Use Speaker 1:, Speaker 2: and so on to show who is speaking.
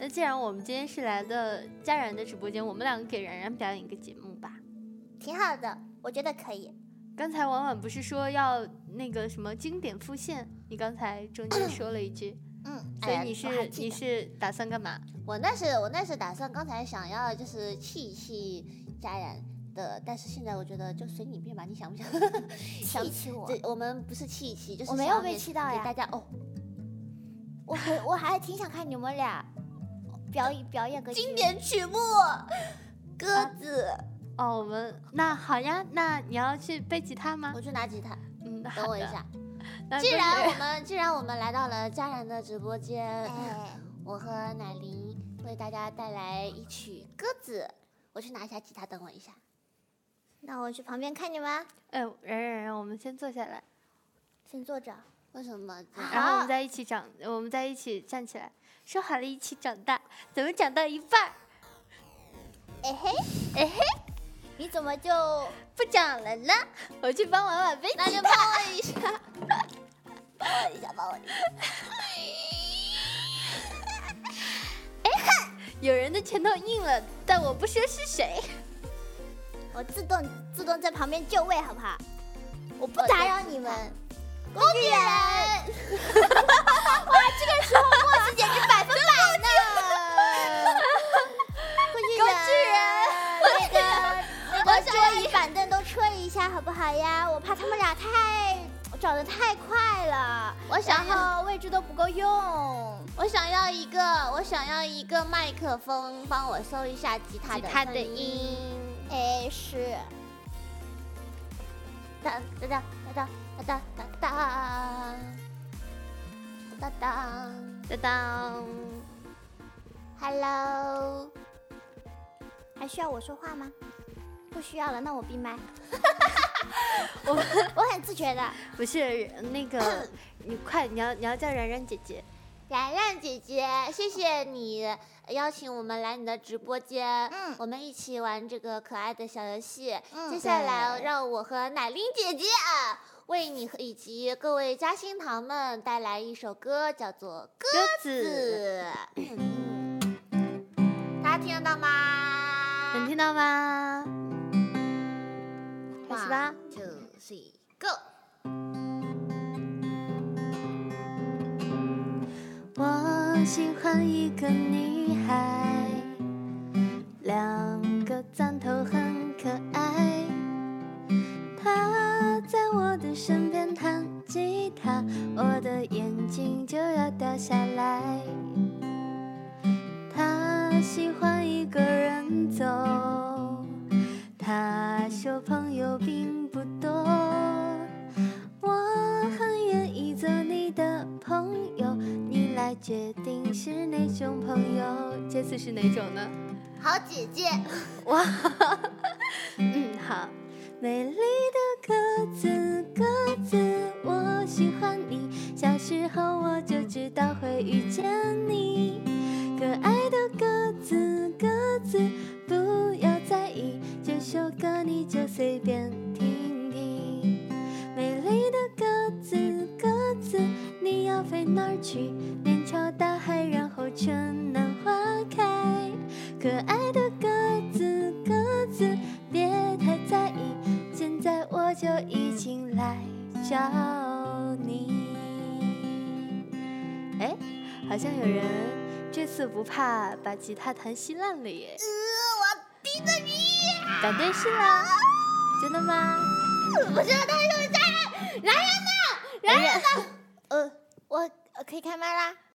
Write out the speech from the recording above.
Speaker 1: 那既然我们今天是来的家然的直播间，我们两个给然然表演一个节目吧。
Speaker 2: 挺好的，我觉得可以。
Speaker 1: 刚才婉婉不是说要那个什么经典复现？你刚才中 间说了一句，
Speaker 2: 嗯，
Speaker 1: 所以
Speaker 2: 哎呀
Speaker 1: 你
Speaker 2: 我还
Speaker 1: 是
Speaker 2: 记
Speaker 1: 你
Speaker 2: 得
Speaker 1: 是打算干嘛？
Speaker 2: 我那是我那是打算刚才想要就是气一气家人的，但是现在我觉得就随你便吧，你想不 想？想
Speaker 3: 气气我，
Speaker 2: 这我们不是气一气，就是
Speaker 3: 我没
Speaker 2: 想
Speaker 3: 有
Speaker 2: 要
Speaker 3: 被
Speaker 2: 给
Speaker 3: 气到
Speaker 2: 给
Speaker 3: 呀
Speaker 2: 大家哦，
Speaker 3: 我很我还挺想看你们俩表演表 演个
Speaker 2: 经
Speaker 3: 剧
Speaker 2: 典曲目《鸽子
Speaker 1: 哦，我们那好呀，那你要去背吉他》，吗
Speaker 3: 啊
Speaker 2: 我？去拿吉他，
Speaker 1: 嗯，好
Speaker 2: 等我一
Speaker 1: 的。
Speaker 2: 下。
Speaker 1: 那
Speaker 2: 既
Speaker 1: 恭
Speaker 2: 然
Speaker 1: 喜
Speaker 2: 我们既然我们来到了家然的直播间，
Speaker 3: 哎，
Speaker 2: 我和奶铃为大家带来一曲《鸽子》，我去拿一下吉他，等我一下。
Speaker 3: 那我去旁边看你们啊，
Speaker 1: 哎，然然然，我们先坐下来，
Speaker 3: 先坐着。
Speaker 2: 为什么？
Speaker 1: 然后我
Speaker 3: 好
Speaker 1: 们在一起长，我们在一起站起来，说好了一起长大，怎么长到一半儿
Speaker 3: 哎嘿，哎嘿，你怎 么就
Speaker 1: 不长了呢？我去帮婉婉背吉
Speaker 2: 那就
Speaker 1: 他。
Speaker 2: 帮我一下，
Speaker 3: 抱一下抱我一下？
Speaker 1: 有人的拳头硬了，但我不说是谁。
Speaker 3: 我自动自动在旁边就位，好不好？我不
Speaker 2: 我
Speaker 3: 打
Speaker 2: 在
Speaker 3: 扰
Speaker 2: 吃
Speaker 3: 你们。
Speaker 2: 工具人。
Speaker 3: 工具人，那个那个桌椅板凳都撤一下好不好呀？我怕他们俩太找的太快了，
Speaker 2: 我想要，
Speaker 3: 然后位置都不够用。
Speaker 2: 我想要一个，我想要一个麦克风，帮我搜一下吉他的
Speaker 1: 吉他的
Speaker 2: 声音。
Speaker 3: 哎，是，
Speaker 2: 哒哒哒哒哒哒哒哒哒哒
Speaker 1: 当当，
Speaker 2: ，Hello。
Speaker 3: 还需要我说话吗？不需要了，那我闭麦。
Speaker 1: 我
Speaker 3: 我很自觉的，
Speaker 1: 不是那 个，你快，你要你要叫然然姐姐。
Speaker 2: 然然姐姐，谢谢你邀请我们来你的直播间，
Speaker 3: 嗯
Speaker 2: 我们一起玩这个可爱的小游戏。
Speaker 3: 嗯
Speaker 2: 接下来
Speaker 1: 对
Speaker 2: 让我和奶铃姐姐啊为你和以及各位嘉兴堂们带来一首歌，叫做《
Speaker 1: 鸽
Speaker 2: 鸽
Speaker 1: 子，
Speaker 2: 子》。大家听得到吗？
Speaker 1: 能听到吗？开始吧。
Speaker 2: One, two, three, go。
Speaker 1: 我喜欢一个女孩，两个赞头很可爱。她在我的身边弹吉他，我的眼睛就要掉下来。她喜欢一个人走，她说朋友并不多。我很愿意做你的朋友，你来决定是哪种朋友。这次是哪种呢？
Speaker 2: 好姐姐，
Speaker 1: 哇，嗯，好。美丽的鸽子，鸽子，我喜欢你。小时候我就知道会遇见你。可爱的鸽子，鸽子，不要在意，这首歌你就随便听听。美丽的鸽子，鸽子，你要飞哪儿去？面朝大海，然后春暖花开。可爱的鸽子，鸽子，别太在意，现在我就已经来找你。哎，好像有人这次不怕把吉他弹稀烂了耶！我逼着你！答对是啦，真的吗？
Speaker 2: 我知道他是家人，然然呢？
Speaker 1: 然然。
Speaker 3: 呃，我呃可以开麦啦。